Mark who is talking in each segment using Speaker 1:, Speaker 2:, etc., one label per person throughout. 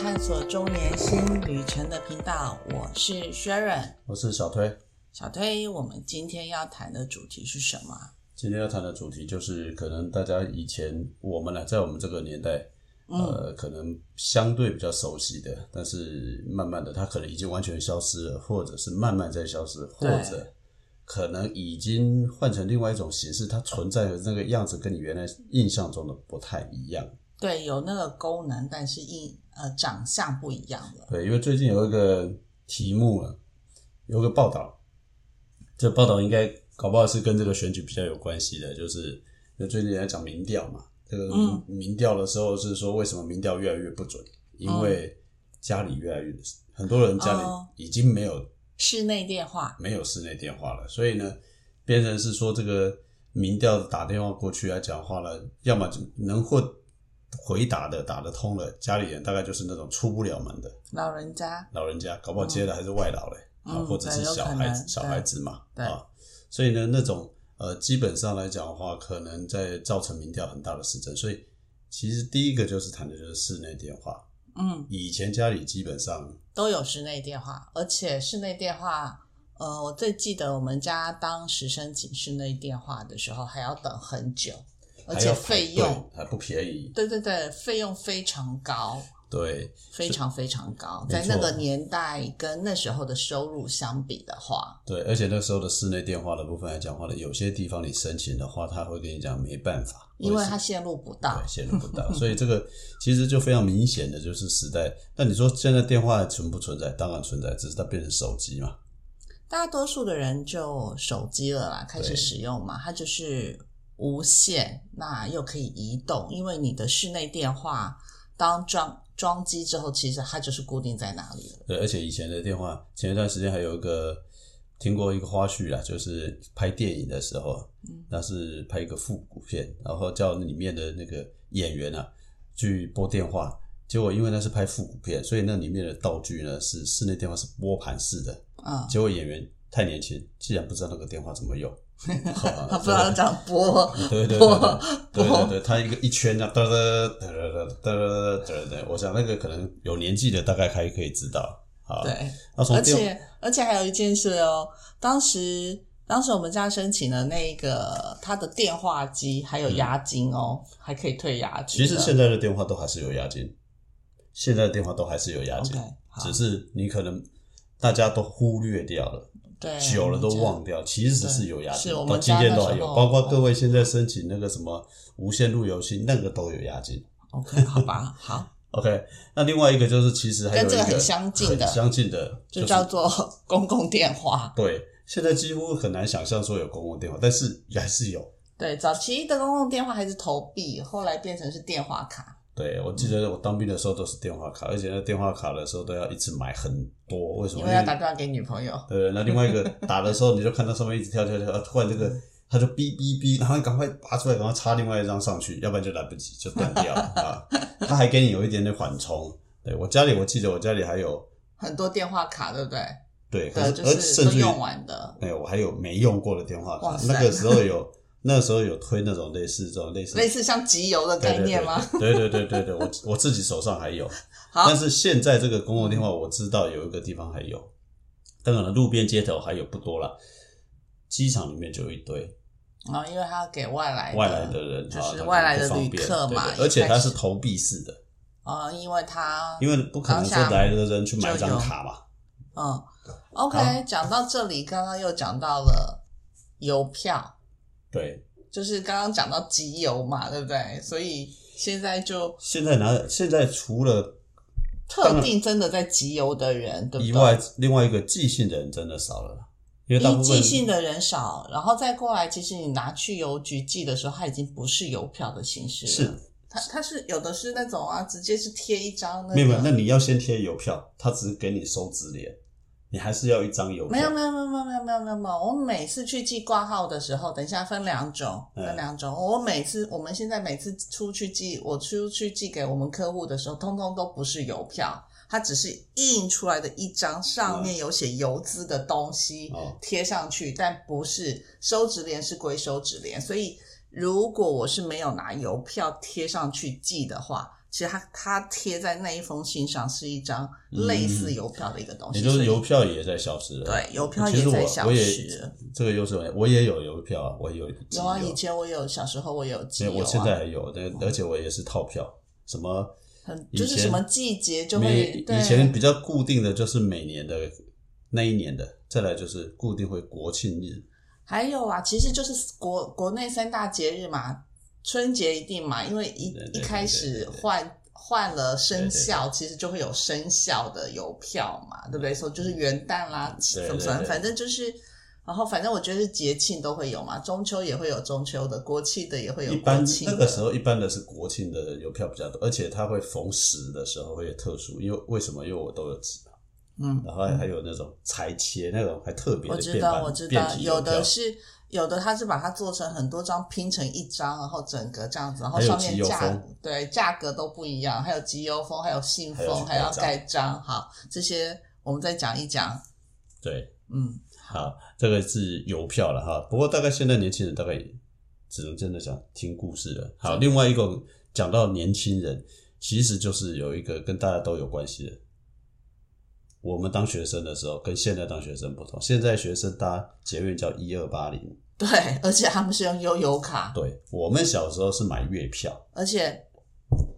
Speaker 1: 探索中年新旅程的频道，我是 Sharon
Speaker 2: 我是小推。
Speaker 1: 小推。我们今天要谈的主题是什么？
Speaker 2: 今天要谈的主题就是，可能大家以前我们呢，在我们这个年代，
Speaker 1: 嗯
Speaker 2: 呃，可能相对比较熟悉的，但是慢慢的，它可能已经完全消失了，或者是慢慢在消失，或
Speaker 1: 对
Speaker 2: 者可能已经换成另外一种形式，它存在的那个样子跟你原来印象中的不太一样。
Speaker 1: 对，有那个功能，但是一呃长相不一样了。
Speaker 2: 对，因为最近有一个题目啊，有个报道，这报道应该搞不好是跟这个选举比较有关系的，就是因为最近在讲民调嘛，这个
Speaker 1: 嗯
Speaker 2: 民调的时候是说为什么民调越来越不准，因为家里越来越很多人家
Speaker 1: 哦
Speaker 2: 里已经没有
Speaker 1: 室内电话，
Speaker 2: 没有室内电话了，所以呢，变成是说这个民调打电话过去来讲话了，要么就能或回答的打得通了，家里人大概就是那种出不了门的。
Speaker 1: 老人家
Speaker 2: 老人家，搞不好接的还是外劳嘞，
Speaker 1: 嗯
Speaker 2: 啊，或者是
Speaker 1: 对有
Speaker 2: 小
Speaker 1: 可
Speaker 2: 孩
Speaker 1: 能
Speaker 2: 子小
Speaker 1: 对
Speaker 2: 孩子嘛，
Speaker 1: 对
Speaker 2: 啊，所以呢，那种呃，基本上来讲的话，可能在造成民调很大的失真。所以其实第一个就是谈的就是室内电话，
Speaker 1: 嗯
Speaker 2: 以前家里基本上
Speaker 1: 都有室内电话，而且室内电话，呃，我最记得我们家当时申请室内电话的时候还要等很久，而
Speaker 2: 还
Speaker 1: 且
Speaker 2: 要排
Speaker 1: 费
Speaker 2: 队
Speaker 1: 用，
Speaker 2: 还不便宜，
Speaker 1: 对对对，费用非常高。
Speaker 2: 对，
Speaker 1: 非常非常高，
Speaker 2: 没
Speaker 1: 在
Speaker 2: 错
Speaker 1: 那个年代跟那时候的收入相比的话，
Speaker 2: 对，而且那时候的室内电话的部分来讲的话呢，有些地方你申请的话，他会跟你讲没办法，
Speaker 1: 因
Speaker 2: 或
Speaker 1: 为
Speaker 2: 者是
Speaker 1: 它线路不到
Speaker 2: 对，，线路不到，所以这个其实就非常明显的就是时代。那你说现在电话存不存在？当然存在，只是它变成手机嘛。
Speaker 1: 大多数的人就手机了啦，开始
Speaker 2: 对
Speaker 1: 使用嘛，它就是无线，那又可以移动，因为你的室内电话当装装机之后，其实它就是固定在哪里了。
Speaker 2: 对，而且以前的电话，前一段时间还有一个听过一个花絮啦，就是拍电影的时候，
Speaker 1: 嗯
Speaker 2: 那是拍一个复古片，然后叫里面的那个演员啊去拨电话，结果因为那是拍复古片，所以那里面的道具呢是室内电话是拨盘式的，
Speaker 1: 嗯，
Speaker 2: 结果演员太年轻，竟然不知道那个电话怎么用。
Speaker 1: 他
Speaker 2: 他
Speaker 1: 不知道这样 播，
Speaker 2: 对对对
Speaker 1: 播
Speaker 2: 对对
Speaker 1: 播
Speaker 2: 对对，他一个一圈啊，哒哒哒哒哒哒哒哒，我想那个可能有年纪的大概还可以知道。好，，
Speaker 1: 对。
Speaker 2: 那从
Speaker 1: 而
Speaker 2: 电
Speaker 1: 且而且还有一件事哦，当时当时我们家申请的那个他的电话机还有押金哦，还可以退押金
Speaker 2: 嗯其
Speaker 1: 的。
Speaker 2: 实现在的电话都还是有押金，现在的电话都还是有押金
Speaker 1: OK，好
Speaker 2: 只是你可能大家都忽略掉了，
Speaker 1: 对
Speaker 2: 久了都
Speaker 1: 了。
Speaker 2: 忘掉，其实是有押
Speaker 1: 对
Speaker 2: 金
Speaker 1: 是我，
Speaker 2: 到
Speaker 1: 们
Speaker 2: 今
Speaker 1: 家
Speaker 2: 天
Speaker 1: 那
Speaker 2: 都还
Speaker 1: 时
Speaker 2: 有，
Speaker 1: 候
Speaker 2: 包括各位现在申请那个什么无线路由器，那个都有押金。
Speaker 1: OK，好 吧，好，
Speaker 2: OK，那另外一个就是其实还有一
Speaker 1: 跟这个很相近的
Speaker 2: 很相近的，
Speaker 1: 就是叫做 公共电话。
Speaker 2: 对，现在几乎很难想象说有公共电话，但是还是有。
Speaker 1: 对，早期的公共电话还是投币，后来变成是电话卡。
Speaker 2: 对，我记得我当兵的时候都是电话卡，而且那电话卡的时候都要一次买很多，为什么？
Speaker 1: 因为要打电话给女朋友，
Speaker 2: 对，那另外一个打的时候，你就看到上面一直跳跳跳，啊突然这 个它就哔哔哔，然后你赶快拔出来，赶快插另外一张上去，要不然就来不及，就断掉了啊。它还给你有一点点缓冲。对我家里，我记得我家里还有
Speaker 1: 很多电话卡，对不对？
Speaker 2: 对，可
Speaker 1: 对，
Speaker 2: 是
Speaker 1: 就
Speaker 2: 而
Speaker 1: 是
Speaker 2: 甚
Speaker 1: 都
Speaker 2: 至于
Speaker 1: 用完的，
Speaker 2: 对我还有没用过的电话
Speaker 1: 哇
Speaker 2: 卡，
Speaker 1: 塞
Speaker 2: 那个时候有那时候有推那种类似这种类似
Speaker 1: 类似像集邮的概念吗？
Speaker 2: 对对对对对对，我我自己手上还有，
Speaker 1: 好
Speaker 2: 但是现在这个公共电话我知道有一个地方还有，当然了，路边街头还有不多啦，机场里面就有一堆
Speaker 1: 然哦后因为他要给外来
Speaker 2: 外来的人，
Speaker 1: 哎就是
Speaker 2: 啊他可能
Speaker 1: 外来的
Speaker 2: 不方
Speaker 1: 旅
Speaker 2: 便
Speaker 1: 客嘛
Speaker 2: 对对而且它
Speaker 1: 一开
Speaker 2: 是
Speaker 1: 始
Speaker 2: 投币式的，
Speaker 1: 呃，因为他
Speaker 2: 因为不可能说
Speaker 1: 当下
Speaker 2: 来的人去买一
Speaker 1: 就有
Speaker 2: 张卡嘛，
Speaker 1: 嗯，OK，讲到这里，刚刚又讲到了邮票，
Speaker 2: 对，
Speaker 1: 就是刚刚讲到集邮嘛，对不对？所以现在就
Speaker 2: 现在拿现在除了
Speaker 1: 特定真的在集邮的人，对
Speaker 2: 以
Speaker 1: 不对？
Speaker 2: 外，另外一个寄信的人真的少了啦，因为大
Speaker 1: 一
Speaker 2: 部分
Speaker 1: 寄信的人少，然后再过来，其实你拿去邮局寄的时候，它已经不是邮票的形式了。
Speaker 2: 是
Speaker 1: 它它是有的是那种啊，直接是贴一张那
Speaker 2: 没有没有，
Speaker 1: 个
Speaker 2: 那你要先贴邮票，他只是给你收纸联，你还是要一张邮票。
Speaker 1: 没有没有没有没有没有没有没有没有，我每次去寄挂号的时候，等一下分两种，
Speaker 2: 嗯
Speaker 1: 分两种。我每次我们现在每次出去寄，我出去寄给我们客户的时候，通通都不是邮票，它只是印出来的一张上面有写邮资的东西
Speaker 2: 嗯哦
Speaker 1: 贴上去，但不是收纸联是归收纸联，所以如果我是没有拿邮票贴上去寄的话，其实它它贴在那一封信上是一张类似邮票的一个东西，
Speaker 2: 嗯也就
Speaker 1: 哦
Speaker 2: 是
Speaker 1: 所以
Speaker 2: 邮票也在消失了。
Speaker 1: 对邮票
Speaker 2: 其实
Speaker 1: 也在消
Speaker 2: 我我
Speaker 1: 失
Speaker 2: 也
Speaker 1: 了。
Speaker 2: 这个优势，我也有邮票啊，我也有集
Speaker 1: 有啊，
Speaker 2: 邮
Speaker 1: 以前我有小时候我有集
Speaker 2: 所以
Speaker 1: 邮
Speaker 2: 我现
Speaker 1: 啊，
Speaker 2: 在还有，但而且我也是套票，什么
Speaker 1: 很
Speaker 2: 以
Speaker 1: 就是
Speaker 2: 前
Speaker 1: 什么季节就
Speaker 2: 每
Speaker 1: 会
Speaker 2: 以
Speaker 1: 对
Speaker 2: 前比较固定的就是每年的那一年的，再来就是固定会国庆日，
Speaker 1: 还有啊，其实就是国国内三大节日嘛，春节一定嘛，因为一
Speaker 2: 对对
Speaker 1: 一
Speaker 2: 对
Speaker 1: 开始
Speaker 2: 对对
Speaker 1: 换换了生
Speaker 2: 对对
Speaker 1: 肖，其实就会有生肖的邮票嘛，对不对？所以就是元旦啦，
Speaker 2: 对嗯对
Speaker 1: 什么什么，
Speaker 2: 对
Speaker 1: 反正就是。然后反正我觉得是节庆都会有嘛，中秋也会有中秋的，国庆的也会有
Speaker 2: 一
Speaker 1: 国
Speaker 2: 般
Speaker 1: 庆
Speaker 2: 那
Speaker 1: 的。
Speaker 2: 个时候一般的是国庆的邮票比较多，而且它会逢十的时候会有特殊，因为为什么？因为我都有集嘛，
Speaker 1: 嗯，
Speaker 2: 然后还有那种裁切那种还特别
Speaker 1: 我
Speaker 2: 的
Speaker 1: 知
Speaker 2: 变
Speaker 1: 道
Speaker 2: 版
Speaker 1: 我知
Speaker 2: 变
Speaker 1: 道，
Speaker 2: 体邮
Speaker 1: 有
Speaker 2: 票
Speaker 1: 的，是有的，它是把它做成很多张拼成一张，然后整个这样子，然后
Speaker 2: 还有
Speaker 1: 上
Speaker 2: 集
Speaker 1: 面
Speaker 2: 邮
Speaker 1: 价
Speaker 2: 封
Speaker 1: 对价格都不一样，还有集邮封，还有信
Speaker 2: 还有
Speaker 1: 封，
Speaker 2: 去
Speaker 1: 还要
Speaker 2: 盖章
Speaker 1: 盖章，好，这些我们再讲一讲。
Speaker 2: 对，
Speaker 1: 嗯，
Speaker 2: 好，这个是邮票了哈。不过大概现在年轻人大概只能真的讲听故事了。好，另外一个讲到年轻人，其实就是有一个跟大家都有关系的。我们当学生的时候跟现在当学生不同，现在学生搭捷运叫一二八零，
Speaker 1: 对，而且他们是用悠游卡，
Speaker 2: 对我们小时候是买月票，
Speaker 1: 而且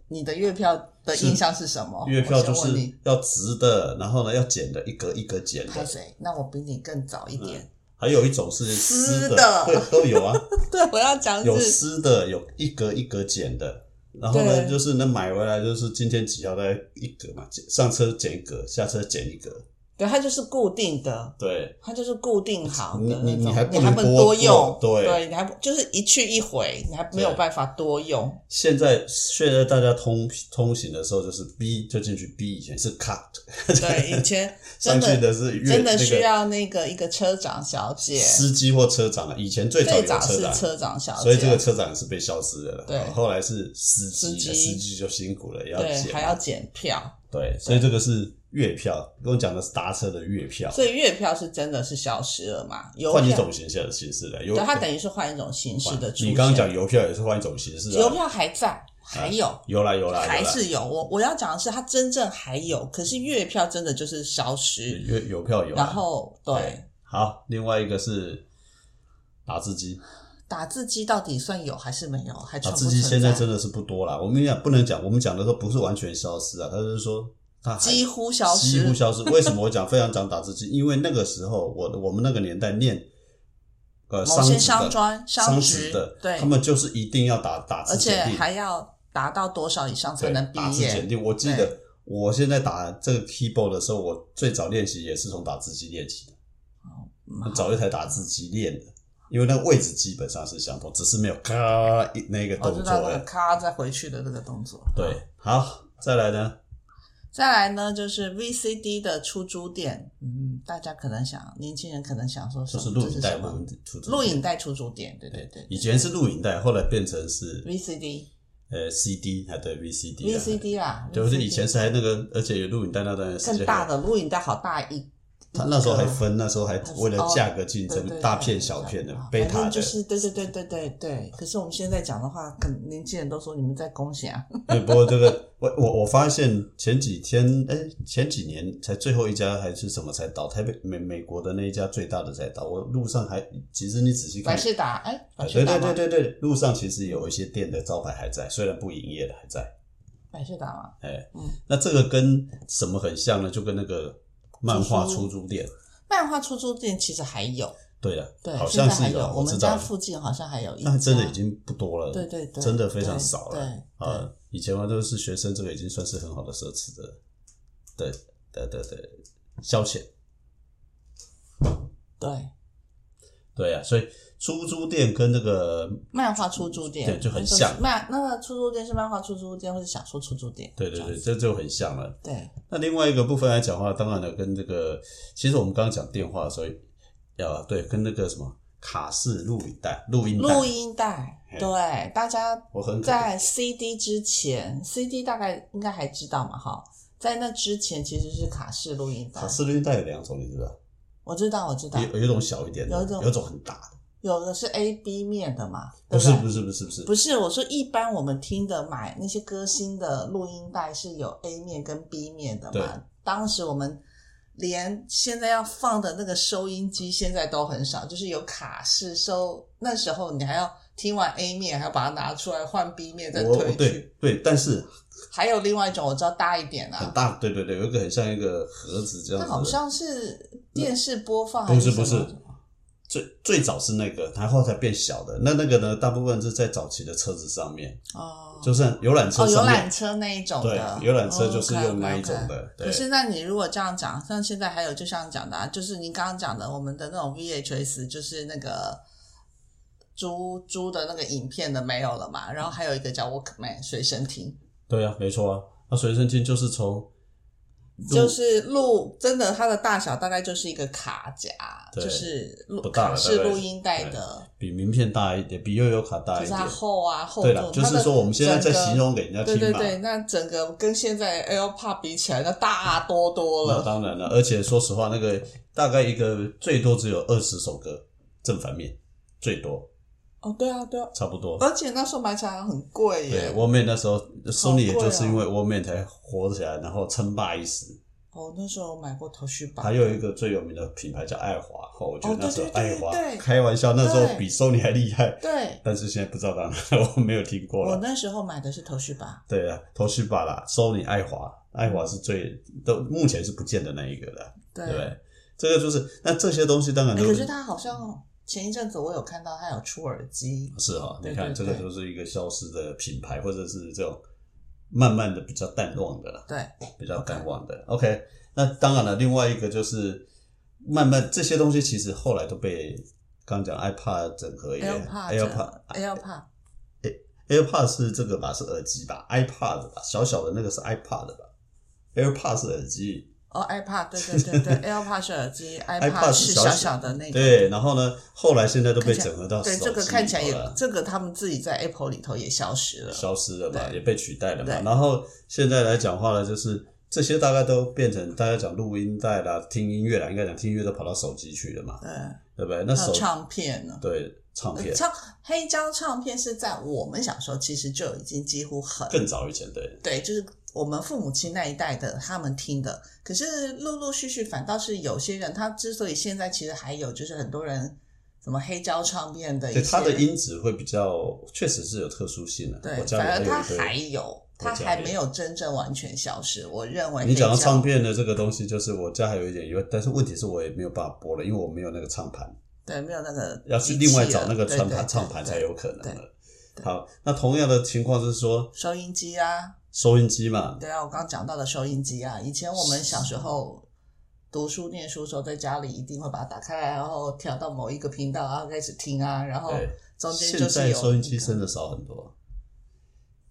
Speaker 1: 你的月票的印象是什么？
Speaker 2: 月票
Speaker 1: 哦我
Speaker 2: 就
Speaker 1: 先
Speaker 2: 是
Speaker 1: 问你。
Speaker 2: 要直的，然后呢要剪的，一格一格剪
Speaker 1: 拍
Speaker 2: 的。
Speaker 1: 谁？那我比你更早一点。
Speaker 2: 还有一种是撕
Speaker 1: 撕的
Speaker 2: 对，都有啊。
Speaker 1: 对，我要讲
Speaker 2: 有
Speaker 1: 是，
Speaker 2: 撕的，有一格一格剪的。然后呢，
Speaker 1: 对
Speaker 2: 就是那买回来就是今天几号的一格嘛，剪上车剪一格，下车剪一格。
Speaker 1: 对，它就是固定的。
Speaker 2: 对，
Speaker 1: 它就是固定好的
Speaker 2: 你
Speaker 1: 那
Speaker 2: 你
Speaker 1: 种，
Speaker 2: 你还
Speaker 1: 你
Speaker 2: 不
Speaker 1: 还
Speaker 2: 能
Speaker 1: 不
Speaker 2: 多
Speaker 1: 用，
Speaker 2: 做对
Speaker 1: 你还不就是一去一回，你还没有
Speaker 2: 对
Speaker 1: 办法多 用。
Speaker 2: 现在现在大家通通行的时候就是 B 就进去，B 以前是 cut，
Speaker 1: 对，以 前真
Speaker 2: 上去
Speaker 1: 的
Speaker 2: 的是越
Speaker 1: 真的
Speaker 2: 那
Speaker 1: 需
Speaker 2: 个
Speaker 1: 要那个一个车长小姐，
Speaker 2: 司机或车长啊，以前最早
Speaker 1: 最
Speaker 2: 有
Speaker 1: 早是
Speaker 2: 长，
Speaker 1: 车长小姐，
Speaker 2: 所以这个车长是被消失的了。
Speaker 1: 对
Speaker 2: 后来是司机
Speaker 1: 司，机
Speaker 2: 司机就辛苦了，也要
Speaker 1: 对
Speaker 2: 剪啊
Speaker 1: 还
Speaker 2: 嘛。
Speaker 1: 要检票，
Speaker 2: 对，所以这个是月票，跟我讲的是搭车的月票。
Speaker 1: 所以月票是真的是消失了嘛？邮
Speaker 2: 换一
Speaker 1: 票
Speaker 2: 种，形式的形式的，有
Speaker 1: 对，它等于是换一种形式的出现。
Speaker 2: 你刚刚讲邮票也是换一种形式啊，
Speaker 1: 邮票还在，还有。
Speaker 2: 有啦有啦，有啦
Speaker 1: 还是有我我要讲的是，它真正还有，可是月票真的就是消失，
Speaker 2: 邮邮票有啦。
Speaker 1: 然后对
Speaker 2: 好，另外一个是打字机，
Speaker 1: 打字机到底算有还是没有？还
Speaker 2: 打
Speaker 1: 存不
Speaker 2: 字机现
Speaker 1: 存
Speaker 2: 在
Speaker 1: 在
Speaker 2: 真的是不多啦。我们讲不能讲，我们讲的时候不是完全消失啊，他就是说它还
Speaker 1: 几乎消
Speaker 2: 几
Speaker 1: 失，
Speaker 2: 乎消失。为什么我讲非常讲打字机？因为那个时候我我们那个年代念。呃，
Speaker 1: 某些商
Speaker 2: 商职的
Speaker 1: 专、
Speaker 2: 商
Speaker 1: 商
Speaker 2: 职的，
Speaker 1: 对
Speaker 2: 他，们就是一定要打打
Speaker 1: 而
Speaker 2: 字
Speaker 1: 且
Speaker 2: 简历，
Speaker 1: 还要达到多少以上才
Speaker 2: 对，
Speaker 1: 能毕
Speaker 2: 打字检
Speaker 1: 业？
Speaker 2: 定，我记得我现在打这个 keyboard 的时候，我最早练习也是从打字机练习的，
Speaker 1: 嗯
Speaker 2: 很早一台打字机练的，因为那个位置基本上是相同，只是没有咔一那个
Speaker 1: 我
Speaker 2: 动
Speaker 1: 哦知
Speaker 2: 作
Speaker 1: 道那
Speaker 2: 而
Speaker 1: 个
Speaker 2: 已。
Speaker 1: 咔再回去的这个动作。
Speaker 2: 对，好，再来呢，
Speaker 1: 再来呢，就是 VCD 的出租店，嗯，大家可能想，年轻人可能想说什么，
Speaker 2: 就是录
Speaker 1: 哦这
Speaker 2: 影
Speaker 1: 是
Speaker 2: 带
Speaker 1: 什
Speaker 2: 或
Speaker 1: 么？
Speaker 2: 出租
Speaker 1: 录影带出租店，对对
Speaker 2: 对
Speaker 1: 对
Speaker 2: 以前是录影带，后来变成是
Speaker 1: ，VCD、
Speaker 2: 呃 CD 还对 VCD 啊
Speaker 1: VCD 啦，
Speaker 2: 就是以
Speaker 1: VCD
Speaker 2: 前是还那个，而且有录影带那段时
Speaker 1: 更
Speaker 2: 间
Speaker 1: 大
Speaker 2: 还。
Speaker 1: 的录影带，好大一。
Speaker 2: 他那时候还
Speaker 1: 一个哦
Speaker 2: 分，那时候还为了价格竞
Speaker 1: 对对
Speaker 2: 争，
Speaker 1: 对哦
Speaker 2: 大片小片的
Speaker 1: 反，
Speaker 2: 贝
Speaker 1: 正
Speaker 2: 塔的
Speaker 1: 就，是对对对对对对。可是我们现在讲的话，可能年轻人都说你们在恭喜啊，
Speaker 2: 对，哎不过这个我我我发现前几天，哎，前几年才最后一家还是什么才倒，台北美美国的那一家最大的才倒。我路上还，其实你仔细
Speaker 1: 百
Speaker 2: 看，
Speaker 1: 事达哎，百
Speaker 2: 啊对
Speaker 1: 事达
Speaker 2: 对
Speaker 1: 吗
Speaker 2: 对？对对，路上其实有一些店的招牌还在，虽然不营业了还在。
Speaker 1: 百事达嘛，
Speaker 2: 哎，
Speaker 1: 嗯
Speaker 2: 那这个跟什么很像呢？就跟那个漫画出租店，
Speaker 1: 漫画出租店其实还有，
Speaker 2: 对了，
Speaker 1: 对，
Speaker 2: 好
Speaker 1: 现
Speaker 2: 像
Speaker 1: 在还
Speaker 2: 是
Speaker 1: 有，我
Speaker 2: 我
Speaker 1: 们
Speaker 2: 知
Speaker 1: 家
Speaker 2: 道，
Speaker 1: 附近好像还有一家，
Speaker 2: 但真的已经不多了，
Speaker 1: 啊对对对，
Speaker 2: 真的非常
Speaker 1: 对
Speaker 2: 少了。
Speaker 1: 对，对
Speaker 2: 啊，以前嘛都是学生，这个已经算是很好的奢侈的的的的的消遣。
Speaker 1: 对，
Speaker 2: 对啊，所以出租店跟那个
Speaker 1: 漫画出租店
Speaker 2: 对就很
Speaker 1: 是
Speaker 2: 像
Speaker 1: 漫那个出租店是漫画出租店或是小说出租店，
Speaker 2: 对对
Speaker 1: 这样
Speaker 2: 对，
Speaker 1: 子
Speaker 2: 这就很像了。
Speaker 1: 对，
Speaker 2: 那另外一个部分来讲的话，当然了，跟这个其实我们刚刚讲电话，所以要啊对跟那个什么卡式录影带、录音带，
Speaker 1: 录音带，
Speaker 2: 嘿
Speaker 1: 对，大家
Speaker 2: 我很可
Speaker 1: 在 CD 之前，CD 大概应该还知道嘛，哈，在那之前其实是卡式录音带
Speaker 2: 卡。式录音带有两种，你知道？
Speaker 1: 我知道，我知道
Speaker 2: 呃有，有一种小一点的，
Speaker 1: 有一种
Speaker 2: 有一种很大的。
Speaker 1: 有的是 A B 面的嘛，
Speaker 2: 不
Speaker 1: 对
Speaker 2: 是
Speaker 1: 对
Speaker 2: 不是不是不是
Speaker 1: 不是，我说一般我们听的买那些歌星的录音带是有 A 面跟 B 面的
Speaker 2: 对
Speaker 1: 嘛。当时我们连现在要放的那个收音机现在都很少，就是有卡式收。那时候你还要听完 A 面，还要把它拿出来换 B 面再
Speaker 2: 我我
Speaker 1: 推
Speaker 2: 对
Speaker 1: 去。
Speaker 2: 对，但是
Speaker 1: 还有另外一种我知道大一点
Speaker 2: 很
Speaker 1: 啊，
Speaker 2: 大，对对对，有一个很像一个盒子这样
Speaker 1: 那
Speaker 2: 子的。
Speaker 1: 好像是电视播放还
Speaker 2: 不是
Speaker 1: 什
Speaker 2: 不
Speaker 1: 么
Speaker 2: 是，最最早是那个，然后才变小的。那那个呢，大部分是在早期的车子上面，
Speaker 1: 哦，
Speaker 2: 就是游览车
Speaker 1: 哦游
Speaker 2: 上
Speaker 1: 览
Speaker 2: 面。
Speaker 1: 车那一种
Speaker 2: 对
Speaker 1: 的，，
Speaker 2: 游览车就是
Speaker 1: 哦
Speaker 2: 用那一种
Speaker 1: OK，OK，OK
Speaker 2: 的。对
Speaker 1: 可，是，那你如果这样讲，像现在还有，就像你讲的、啊，就是您刚刚讲的，我们的那种 VHS，就是那个租租的那个影片的没有了
Speaker 2: 嗯
Speaker 1: 嘛，然后还有一个叫 Walkman 随身听，
Speaker 2: 对啊，没错啊。那随身听就是从嗯
Speaker 1: 就是录真的它的大小大概就是一个卡夹，
Speaker 2: 对
Speaker 1: 就是录
Speaker 2: 不大
Speaker 1: 卡
Speaker 2: 了
Speaker 1: 式
Speaker 2: 大概
Speaker 1: 录音带
Speaker 2: 对
Speaker 1: 的，
Speaker 2: 比名片大一点，比悠游卡大
Speaker 1: 就
Speaker 2: 一
Speaker 1: 是
Speaker 2: 点
Speaker 1: 它。厚啊厚
Speaker 2: 对
Speaker 1: 度
Speaker 2: 了，就
Speaker 1: 它
Speaker 2: 是
Speaker 1: 的
Speaker 2: 说我们现在
Speaker 1: 整
Speaker 2: 在
Speaker 1: 个
Speaker 2: 形容给人家
Speaker 1: 对
Speaker 2: 听
Speaker 1: 对
Speaker 2: 嘛。
Speaker 1: 对，那整个跟现在 AirPod 比起来，那大多多
Speaker 2: 那
Speaker 1: 了。
Speaker 2: 当然了，而且说实话，那个大概一个最多只有二十首歌，正反面最多
Speaker 1: 哦，对啊，对啊，
Speaker 2: 差不多。
Speaker 1: 而且那时候买起来很贵哦
Speaker 2: 对
Speaker 1: 耶。
Speaker 2: ，Woman 那时候，Sony 也
Speaker 1: 贵哦
Speaker 2: 就是因为 Woman 才火起来，然后称霸一时。
Speaker 1: 哦，那时候我买过头绪版，
Speaker 2: 还有一个最有名的品牌叫爱华，哦，我觉得
Speaker 1: 哦
Speaker 2: 那时候
Speaker 1: 对对
Speaker 2: 爱
Speaker 1: 对
Speaker 2: 华
Speaker 1: 对对
Speaker 2: 开玩笑，那时候
Speaker 1: 对
Speaker 2: 比 Sony 还厉害，
Speaker 1: 对
Speaker 2: 但是现在不知道当然我没有听过
Speaker 1: 我
Speaker 2: 了。
Speaker 1: 那时候买的是头绪版。
Speaker 2: 对啊，头绪吧啦，Sony 爱华，爱华是最都目前是不见的那一个了，
Speaker 1: 对，
Speaker 2: 对不对？这个就是那这些东西当然
Speaker 1: 哎
Speaker 2: 都
Speaker 1: 可是它好像前一阵子我有看到它有出耳机，
Speaker 2: 哦是哈，你
Speaker 1: 对
Speaker 2: 看
Speaker 1: 对
Speaker 2: 这个
Speaker 1: 对
Speaker 2: 就是一个消失的品牌，或者是这种慢慢的比较淡忘的啦，
Speaker 1: 对，
Speaker 2: 比较淡忘的。OK，那当然了，另外一个就是慢慢这些东西其实后来都被刚讲 iPad 整合也
Speaker 1: 啊 AirPod AirPod
Speaker 2: AirPod 是这个吧，是耳机吧，iPad 吧，小小的那个是 iPad 吧，AirPod 是耳机，
Speaker 1: 哦 iPad 对对对对 AirPod 是耳机
Speaker 2: iPod
Speaker 1: ，iPad
Speaker 2: 是
Speaker 1: 是
Speaker 2: 小
Speaker 1: 小
Speaker 2: 小
Speaker 1: 小的那个。
Speaker 2: 对，然后呢，后来现在都被
Speaker 1: 看起来
Speaker 2: 整合到
Speaker 1: 对，
Speaker 2: 手
Speaker 1: 这个
Speaker 2: 机
Speaker 1: 看起来
Speaker 2: 里
Speaker 1: 也
Speaker 2: 头了，
Speaker 1: 这个他们自己在 Apple 里头也消失了。
Speaker 2: 消失了嘛，
Speaker 1: 对
Speaker 2: 也被取代了嘛。
Speaker 1: 对
Speaker 2: 然后现在来讲话呢，就是这些大概都变成大家讲录音带啦、听音乐啦，应该讲听音乐都跑到手机去了嘛，
Speaker 1: 对，
Speaker 2: 对不对？那
Speaker 1: 还有
Speaker 2: 手
Speaker 1: 呃唱片呢。
Speaker 2: 对唱片
Speaker 1: 呃唱黑胶唱片是在我们小时候其实就已经几乎很
Speaker 2: 更早以前对，
Speaker 1: 对，就是我们父母亲那一代的他们听的。可是陆陆续续，反倒是有些人，他之所以现在其实还有，就是很多人什么黑胶唱片的一
Speaker 2: 对
Speaker 1: 些，
Speaker 2: 它的音质会比较，确实是有特殊性的、
Speaker 1: 对
Speaker 2: 我，家
Speaker 1: 反而
Speaker 2: 里
Speaker 1: 他还
Speaker 2: 还有一堆。
Speaker 1: 有，
Speaker 2: 家
Speaker 1: 他还
Speaker 2: 也
Speaker 1: 没有真正完全消失。我认为
Speaker 2: 你讲到
Speaker 1: 黑胶
Speaker 2: 唱，片的这个东西，就是我家还有一点疑问，但是问题是我也没有办法播了，因为我没有那个唱盘。
Speaker 1: 对，没有那个
Speaker 2: 要去
Speaker 1: 机
Speaker 2: 另外
Speaker 1: 器
Speaker 2: 找
Speaker 1: 了
Speaker 2: 那个
Speaker 1: 对
Speaker 2: 唱
Speaker 1: 对
Speaker 2: 盘
Speaker 1: 对
Speaker 2: 唱盘
Speaker 1: 对
Speaker 2: 才有可能
Speaker 1: 对
Speaker 2: 了。
Speaker 1: 对
Speaker 2: 好，那同样的情况是说
Speaker 1: 收音机啊，
Speaker 2: 收音机嘛，
Speaker 1: 对啊，我刚刚讲到的收音机啊，以前我们小时候读书念书的时候，在家里一定会把它打开来，然后调到某一个频道，然后开始听啊，然后
Speaker 2: 对
Speaker 1: 中间
Speaker 2: 现
Speaker 1: 就是有
Speaker 2: 在收音
Speaker 1: 那
Speaker 2: 机
Speaker 1: 个
Speaker 2: 真的少很多。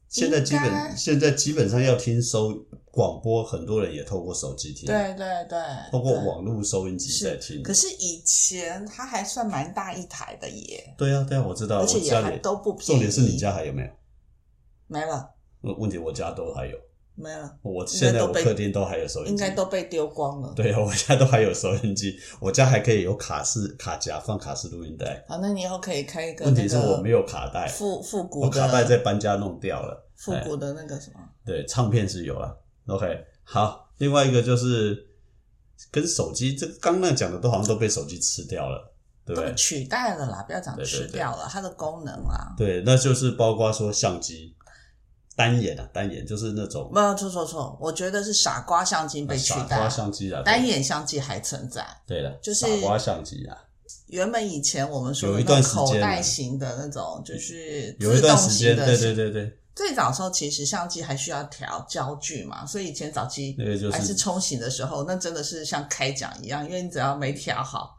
Speaker 2: 现在基
Speaker 1: 应
Speaker 2: 本
Speaker 1: 该
Speaker 2: 现在基本上要听收广播，很多人也透过手机听，
Speaker 1: 对对对，
Speaker 2: 透过
Speaker 1: 对。
Speaker 2: 网络收音机在听。
Speaker 1: 可是以前它还算蛮大一台的耶，
Speaker 2: 对啊，对啊，我知道，
Speaker 1: 而且
Speaker 2: 我
Speaker 1: 也
Speaker 2: 家
Speaker 1: 还
Speaker 2: 里
Speaker 1: 都不便宜。
Speaker 2: 重点是你家还有没有？
Speaker 1: 没了
Speaker 2: 问问题我家都还有，
Speaker 1: 没了，
Speaker 2: 我
Speaker 1: 应该
Speaker 2: 现在
Speaker 1: 都
Speaker 2: 我
Speaker 1: 被
Speaker 2: 客厅都还有收音机，
Speaker 1: 应该都被丢光了。
Speaker 2: 对啊，我家都还有收音机，我家还可以有卡式卡夹放卡式录音带。
Speaker 1: 好，那你以后可以开一个
Speaker 2: 问
Speaker 1: 那
Speaker 2: 题是我
Speaker 1: 个
Speaker 2: 没有卡带，
Speaker 1: 复复古
Speaker 2: 我
Speaker 1: 的
Speaker 2: 卡带在搬家弄掉了。
Speaker 1: 复古的那个什么，
Speaker 2: 对，唱片是有了。OK，好，另外一个就是跟手机，这刚刚讲的都好像都被手机吃掉了，对不对
Speaker 1: 都？取代了啦，不要讲
Speaker 2: 对对
Speaker 1: 吃
Speaker 2: 对
Speaker 1: 掉了它的功能啊啦。
Speaker 2: 对，那就是包括说相机单眼啊，单眼就是那种
Speaker 1: 没有错错错，我觉得是傻瓜相机被取
Speaker 2: 傻
Speaker 1: 代
Speaker 2: 瓜
Speaker 1: 了，
Speaker 2: 相机啊，对
Speaker 1: 单眼相机还存在。
Speaker 2: 对了，
Speaker 1: 就是
Speaker 2: 傻瓜相机啊。
Speaker 1: 原本以前我们说
Speaker 2: 有
Speaker 1: 的
Speaker 2: 一
Speaker 1: 那
Speaker 2: 段
Speaker 1: 种
Speaker 2: 时间啊
Speaker 1: 口袋型的那种，就是
Speaker 2: 有一段时间，
Speaker 1: 自动型
Speaker 2: 对
Speaker 1: 的
Speaker 2: 对对对，
Speaker 1: 最早的时候，其实相机还需要调焦距嘛，所以以前早期
Speaker 2: 那个就是
Speaker 1: 还是冲洗的时候，那真的是像开奖一样，因为你只要没调好，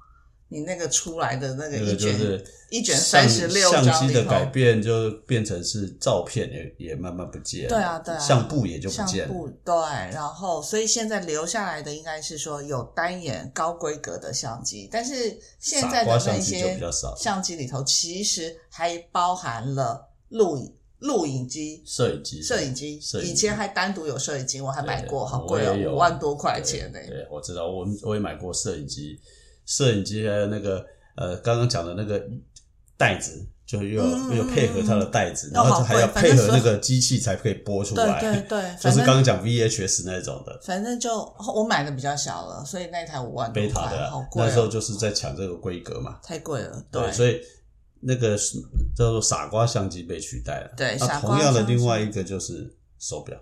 Speaker 1: 你那个出来的那个
Speaker 2: 那个
Speaker 1: 一
Speaker 2: 就
Speaker 1: 卷、
Speaker 2: 是
Speaker 1: 一卷
Speaker 2: 相
Speaker 1: 三十六
Speaker 2: 相
Speaker 1: 张
Speaker 2: 机的
Speaker 1: 里头
Speaker 2: 改，变，就变成是照片也也慢慢不见了，
Speaker 1: 对啊对啊
Speaker 2: 相簿也就不
Speaker 1: 相
Speaker 2: 见了。
Speaker 1: 簿对，然后所以现在留下来的应该是说有单眼高规格的相机，但是现在
Speaker 2: 傻瓜
Speaker 1: 的
Speaker 2: 相
Speaker 1: 那
Speaker 2: 机就比
Speaker 1: 些
Speaker 2: 较少，
Speaker 1: 相机里头其实还包含了录影录影机
Speaker 2: 摄影机，
Speaker 1: 摄影机
Speaker 2: 摄，影机
Speaker 1: 以前还单独有摄影机，我还买过，
Speaker 2: 对
Speaker 1: 好
Speaker 2: 我
Speaker 1: 贵
Speaker 2: 也
Speaker 1: 哦，
Speaker 2: 有啊
Speaker 1: 五万多块钱呢、
Speaker 2: 对对，我知道，我们我也买过摄影机，摄影机还有那个呃，刚刚讲的那个袋子，就又有
Speaker 1: 嗯嗯
Speaker 2: 又有配合它的袋子，
Speaker 1: 嗯
Speaker 2: 然后就还要
Speaker 1: 要好贵
Speaker 2: 配合
Speaker 1: 反正
Speaker 2: 那个机器才可以播出
Speaker 1: 对
Speaker 2: 来，
Speaker 1: 对对，
Speaker 2: 就
Speaker 1: 反
Speaker 2: 是刚
Speaker 1: 正
Speaker 2: 刚讲 VHS 那种的。
Speaker 1: 反正就我买的比较小了，所以那台五万多
Speaker 2: 贝
Speaker 1: 块
Speaker 2: 塔的、，啊
Speaker 1: 好贵、
Speaker 2: 那时候
Speaker 1: 哦，
Speaker 2: 就是在抢这个规格嘛，
Speaker 1: 太贵了。
Speaker 2: 对，所以那个是叫做傻瓜相机被取代了。
Speaker 1: 对
Speaker 2: 那
Speaker 1: 傻瓜
Speaker 2: 同样的
Speaker 1: 相机
Speaker 2: 另外一个就是手表，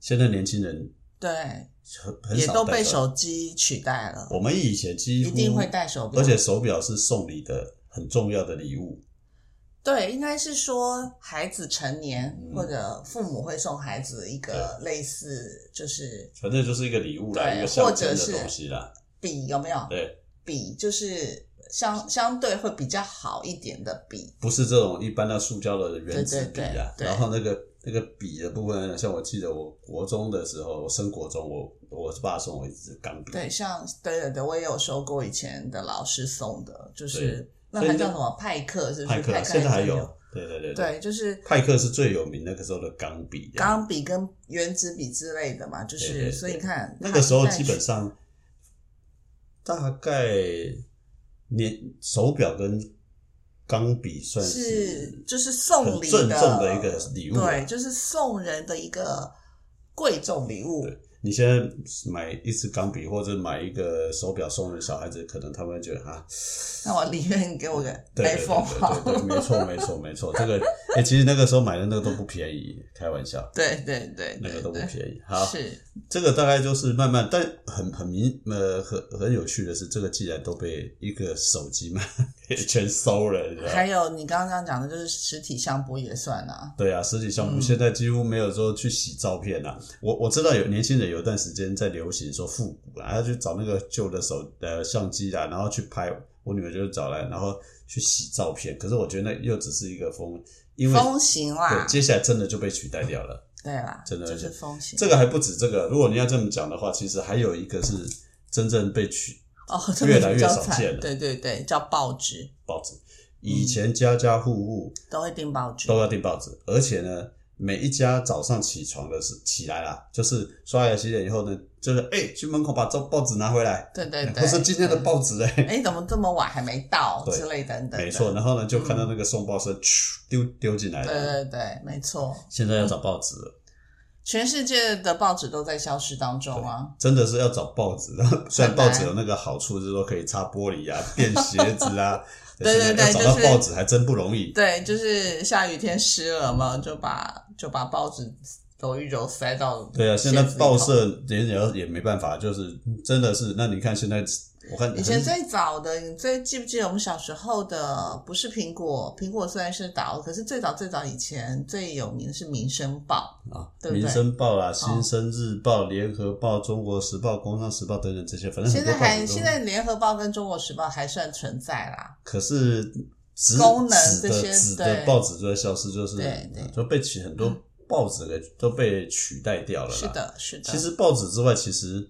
Speaker 2: 现在年轻人
Speaker 1: 对，
Speaker 2: 很很
Speaker 1: 也
Speaker 2: 少
Speaker 1: 都
Speaker 2: 戴
Speaker 1: 被
Speaker 2: 表。
Speaker 1: 手机取代了。
Speaker 2: 我们以前几乎
Speaker 1: 一定会戴手表，
Speaker 2: 而且手表是送礼的很重要的礼物。
Speaker 1: 对，应该是说孩子成年、
Speaker 2: 嗯
Speaker 1: 或者父母会送孩子一个类似就是
Speaker 2: 反正就是一个礼物啦，
Speaker 1: 对
Speaker 2: 一个象征
Speaker 1: 或者
Speaker 2: 的
Speaker 1: 是
Speaker 2: 东西啦。
Speaker 1: 笔有没有？
Speaker 2: 对，
Speaker 1: 笔就是相相对会比较好一点的笔，
Speaker 2: 不是这种一般的塑胶的原子笔啊。
Speaker 1: 对对对对
Speaker 2: 然后那个那个笔的部分，像我记得我国中的时候，我升国中，我我爸送我一支钢笔。
Speaker 1: 对，像对对对，我也有收过以前的老师送的，就是那
Speaker 2: 所以
Speaker 1: 还
Speaker 2: 那
Speaker 1: 叫什么派克，是不
Speaker 2: 派
Speaker 1: 是？
Speaker 2: 克
Speaker 1: 派
Speaker 2: 啊
Speaker 1: 克
Speaker 2: 现在还
Speaker 1: 有，
Speaker 2: 有，对对对。
Speaker 1: 对，就是
Speaker 2: 派克是最有名那个时候的钢笔。
Speaker 1: 钢笔跟原子笔之类的嘛，就是
Speaker 2: 对对对
Speaker 1: 所以你看
Speaker 2: 那个时候
Speaker 1: 它
Speaker 2: 基本上大概年手表跟钢笔算
Speaker 1: 是就是送礼
Speaker 2: 很郑重的一个礼物啊
Speaker 1: 对，就是送人的一个贵重礼物。
Speaker 2: 你现在买一支钢笔或者买一个手表送给小孩子，可能他们会觉得啊，
Speaker 1: 那我宁愿你给我个
Speaker 2: 对对对
Speaker 1: iPhone 好
Speaker 2: 对对，对，没错没错没错，这个哎、其实那个时候买的那个都不便宜，开玩笑，
Speaker 1: 对对对
Speaker 2: 那个
Speaker 1: 对
Speaker 2: 都不
Speaker 1: 对，
Speaker 2: 便宜。好，
Speaker 1: 是，
Speaker 2: 这个大概就是慢慢，但很很明呃很很有趣的是，这个既然都被一个手机嘛给全收了，你知道吗
Speaker 1: 还有你刚刚这样讲的，就是实体相簿也算啊，
Speaker 2: 对啊，实体相簿
Speaker 1: 嗯
Speaker 2: 现在几乎没有说去洗照片啊。我我知道有年轻人有一段时间在流行说复古啊，他去找那个旧的手呃相机啊，然后去拍。我女儿就是找来，然后去洗照片。可是我觉得那又只是一个风，因为
Speaker 1: 风行啦
Speaker 2: 对，接下来真的就被取代掉了。
Speaker 1: 对啦，
Speaker 2: 真的
Speaker 1: 就是风行。
Speaker 2: 这个还不止这个，如果你要这么讲的话，其实还有一个是真正被取
Speaker 1: 哦，这
Speaker 2: 越
Speaker 1: 个
Speaker 2: 来
Speaker 1: 比
Speaker 2: 越
Speaker 1: 较
Speaker 2: 少
Speaker 1: 惨
Speaker 2: 见了
Speaker 1: 对对对，叫报纸，
Speaker 2: 报纸。以前家家户户
Speaker 1: 都会订报纸
Speaker 2: 都。要订报纸，而且呢，每一家早上起床的是起来啦，就是刷牙洗脸以后呢，就是哎、去门口把这报纸拿回来，
Speaker 1: 对对对，
Speaker 2: 哎不是今天的报纸哎、
Speaker 1: 嗯。哎，怎么这么晚还没到
Speaker 2: 对
Speaker 1: 之类等等的。
Speaker 2: 没错。然后呢，就看到那个送报生咻丢丢进来
Speaker 1: 嗯对
Speaker 2: 了。
Speaker 1: 对对，没错。
Speaker 2: 现在要找报纸了，
Speaker 1: 全世界的报纸都在消失当中啊。
Speaker 2: 真的是要找报纸。 然后虽然报纸有那个好处，就是说可以擦玻璃啊、 变鞋子啊，
Speaker 1: 对对对
Speaker 2: 但是呢要
Speaker 1: 就
Speaker 2: 找
Speaker 1: 是
Speaker 2: 到报纸还真不容易。
Speaker 1: 对，就是下雨天湿了嘛，就把就把报纸揉一揉塞到。
Speaker 2: 对啊，现在报。社也也要也没办法，就是真的是。那你看现在，我看
Speaker 1: 以前
Speaker 2: 很
Speaker 1: 最早的，你最记不记得我们小时候的？不是苹果，苹果虽然是倒，可是最早最早以前最有名的是《民生报
Speaker 2: 啊，
Speaker 1: 对不对哦
Speaker 2: 民生报啦、新生日报、啊联合报、中国时报、工商时报等等这些，反》，正很
Speaker 1: 现
Speaker 2: 多
Speaker 1: 在
Speaker 2: 报
Speaker 1: 还
Speaker 2: 纸都。
Speaker 1: 现在《联合报》跟《中国时报》还算存在啦。
Speaker 2: 可是纸
Speaker 1: 功能
Speaker 2: 纸
Speaker 1: 这
Speaker 2: 的
Speaker 1: 些
Speaker 2: 纸的
Speaker 1: 对
Speaker 2: 报纸就在消失，就是
Speaker 1: 对对
Speaker 2: 就被取很多报纸给都被取代掉了啦。
Speaker 1: 是，的，是的。
Speaker 2: 其实报纸之外，其实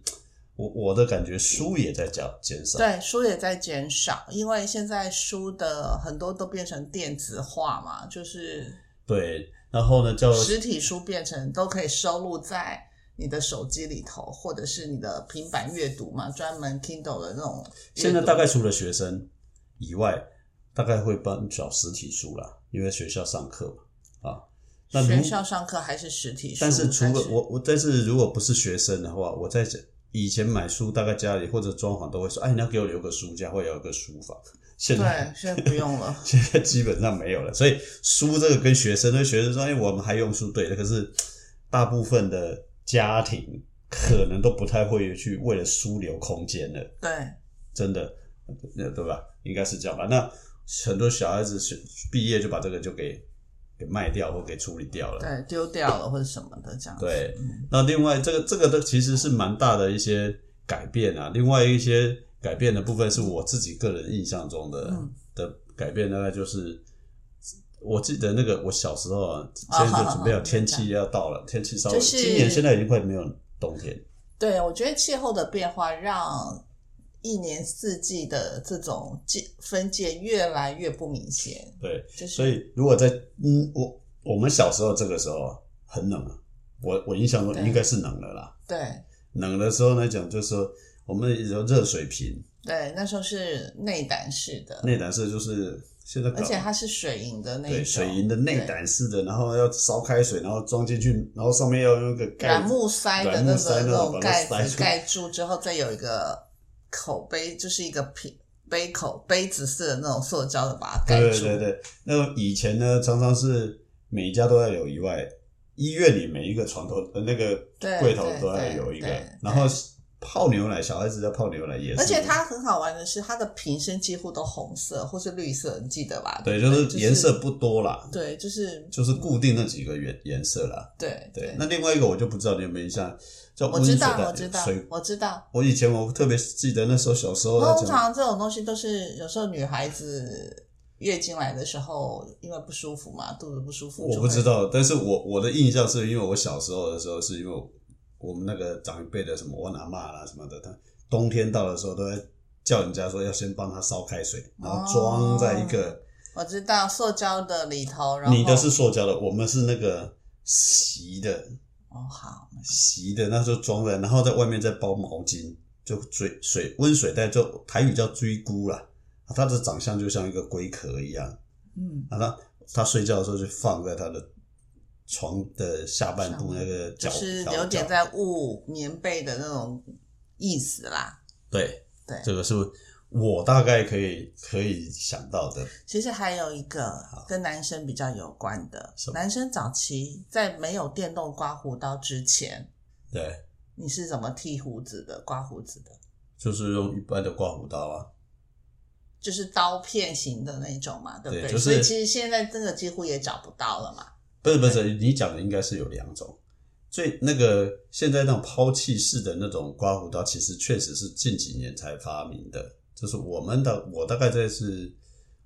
Speaker 2: 我我的感觉书也在减减少。
Speaker 1: 对，书也在减少，因为现在书的很多都变成电子化嘛，就是
Speaker 2: 对，然后呢，叫
Speaker 1: 实体书变成都可以收录在你的手机里头，或者是你的平板阅读嘛，专门 Kindle 的那种阅读。
Speaker 2: 现在大概除了学生以外，大概会帮找实体书啦，因为学校上课嘛，啊，那如
Speaker 1: 学校上课还是实体书，
Speaker 2: 但是除
Speaker 1: 还
Speaker 2: 了我我，但是如果不是学生的话，我在想以前买书，大概家里或者装潢都会说，哎，你要给我留个书架，或者有个书房。现在。
Speaker 1: 对，现在不用了
Speaker 2: 现在基本上没有了，所以书这个跟学生，那学生说，哎，我们还用书对的，可是大部分的家庭可能都不太会去为了书留空间了。
Speaker 1: 对，
Speaker 2: 真的，呃，对吧？应该是这样吧。那很多小孩子学毕业就把这个就给给卖掉或给处理掉了。
Speaker 1: 对，丢掉了或者什么的这样子。
Speaker 2: 对
Speaker 1: 嗯
Speaker 2: 那另外这个这个的其实是蛮大的一些改变啊。另外一些改变的部分是我自己个人印象中的、
Speaker 1: 嗯
Speaker 2: 的改变，大概就是。我记得那个我小时候啊，
Speaker 1: 哦
Speaker 2: 现在
Speaker 1: 好
Speaker 2: 就
Speaker 1: 好
Speaker 2: 准备要
Speaker 1: 好
Speaker 2: 天气要到了，天气稍微、
Speaker 1: 就是
Speaker 2: 今年现在已经快没有冬天，
Speaker 1: 对，我觉得气候的变化让一年四季的这种界分界越来越不明显，
Speaker 2: 对，
Speaker 1: 就是
Speaker 2: 所以如果在嗯，我我们小时候这个时候啊很冷啊，我我印象中
Speaker 1: 对
Speaker 2: 应该是冷了啦。
Speaker 1: 对
Speaker 2: 冷的时候来讲，就是说我们有热水瓶，
Speaker 1: 对，那时候是内胆式的，
Speaker 2: 内胆式就是现在
Speaker 1: 嗯
Speaker 2: 搞
Speaker 1: 而且它是水银的那一
Speaker 2: 对
Speaker 1: 种，
Speaker 2: 水银的内胆式的，然后要烧开水，然后装进去，然后上面要用一个
Speaker 1: 对，
Speaker 2: 盖
Speaker 1: 软
Speaker 2: 子，
Speaker 1: 木塞的
Speaker 2: 软
Speaker 1: 那
Speaker 2: 木塞
Speaker 1: 个
Speaker 2: 那种
Speaker 1: 种
Speaker 2: 把它
Speaker 1: 盖
Speaker 2: 塞
Speaker 1: 子
Speaker 2: 住
Speaker 1: 盖住之后，再有一个口杯，就是一个瓶杯口杯子似的那种塑胶的，把它盖
Speaker 2: 对
Speaker 1: 住。
Speaker 2: 对对对。那种以前呢，常常是每一家都要有一外，医院里每一个床头呃那个
Speaker 1: 对
Speaker 2: 柜头
Speaker 1: 对
Speaker 2: 都要
Speaker 1: 对
Speaker 2: 有一个
Speaker 1: 对对，
Speaker 2: 然后泡牛奶，小孩子要泡牛奶也是，
Speaker 1: 而且它很好玩的是，它的瓶身几乎都红色或是绿色，你记得吧？
Speaker 2: 对，
Speaker 1: 不
Speaker 2: 就是颜色，不多啦，
Speaker 1: 对，就是
Speaker 2: 就是固定那几个颜颜色啦。
Speaker 1: 对
Speaker 2: 对，那另外一个我就不知道你有没有印象，叫
Speaker 1: 我
Speaker 2: 温水
Speaker 1: 知道，
Speaker 2: 蛋
Speaker 1: 我知道
Speaker 2: 水，
Speaker 1: 我知道。
Speaker 2: 我以前我特别记得那时候小时候在
Speaker 1: 通
Speaker 2: 讲
Speaker 1: 常这种东西都是有时候女孩子月经来的时候，因为不舒服嘛，肚子不舒服，
Speaker 2: 我不知。道，但是我我的印象是因为我小时候的时候，是因为我们那个长辈的什么我阿嬷啦什么的，他冬天到的时候都会叫人家说要先帮他烧开水，然后装在一个、
Speaker 1: 我知道塑胶的里头，哦然后
Speaker 2: 你的是塑胶的，我们是那个席的
Speaker 1: 哦好，
Speaker 2: 席的，那时候装在，然后在外面再包毛巾，就追水温水袋，就台语叫追菇啦，它的长相就像一个龟壳一样，
Speaker 1: 嗯，
Speaker 2: 然后他睡觉的时候就放在他的床的下半部那个
Speaker 1: 就
Speaker 2: 角，
Speaker 1: 是
Speaker 2: 角
Speaker 1: 有点
Speaker 2: 角
Speaker 1: 在捂棉被的那种意思啦。
Speaker 2: 对
Speaker 1: 对
Speaker 2: 这个是我大概可以可以想到的，
Speaker 1: 其实还有一个跟男生比较有关的
Speaker 2: 什，么
Speaker 1: 男生早期在没有电动刮胡刀之前，
Speaker 2: 对，
Speaker 1: 你是怎么剃胡子的、刮胡子的？
Speaker 2: 就是用一般的刮胡刀啊，
Speaker 1: 就是刀片型的那种嘛，对不
Speaker 2: 对
Speaker 1: 对？
Speaker 2: 就是
Speaker 1: 所以其实现在这个几乎也找不到了嘛。
Speaker 2: 不是不是，你讲的应该是有两种。最那个现在那种抛弃式的那种刮胡刀，其实确实是近几年才发明的。就是我们的，我大概在是